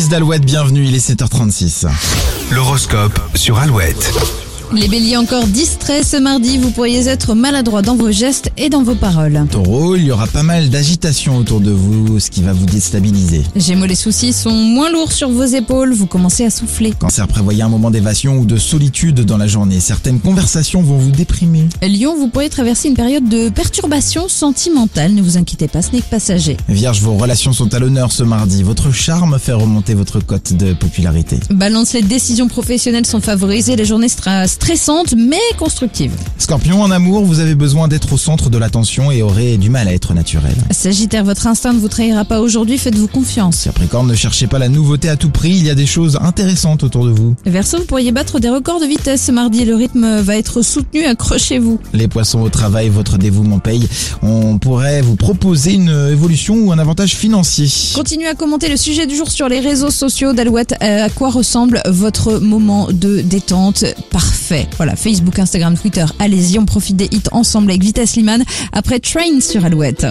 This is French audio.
Anaïs d'Alouette, bienvenue, il est 7h36. L'horoscope sur Alouette. Les béliers encore distraits ce mardi, vous pourriez être maladroit dans vos gestes et dans vos paroles. Taureau, il y aura pas mal d'agitation autour de vous, ce qui va vous déstabiliser. Gémeaux, les soucis sont moins lourds sur vos épaules, vous commencez à souffler. Cancer, prévoyez un moment d'évasion ou de solitude dans la journée. Certaines conversations vont vous déprimer. Lion, vous pourrez traverser une période de perturbation sentimentale, ne vous inquiétez pas, ce n'est que passager. Vierge, vos relations sont à l'honneur ce mardi. Votre charme fait remonter votre cote de popularité. Balance, les décisions professionnelles sont favorisées, la journée sera stressante mais constructive. Scorpion, en amour, vous avez besoin d'être au centre de l'attention et aurez du mal à être naturel. Sagittaire, votre instinct ne vous trahira pas aujourd'hui, faites-vous confiance. Capricorne, ne cherchez pas la nouveauté à tout prix, il y a des choses intéressantes autour de vous. Verseau, vous pourriez battre des records de vitesse ce mardi, le rythme va être soutenu, accrochez-vous. Les poissons au travail, votre dévouement paye. On pourrait vous proposer une euh, évolution ou un avantage financier. Continuez à commenter le sujet du jour sur les réseaux sociaux d'Alouette. Euh, À quoi ressemble votre moment de détente parfait Voilà, Facebook, Instagram, Twitter, allez-y, on profite des hits ensemble avec Vitesse Liman après Train sur Alouette.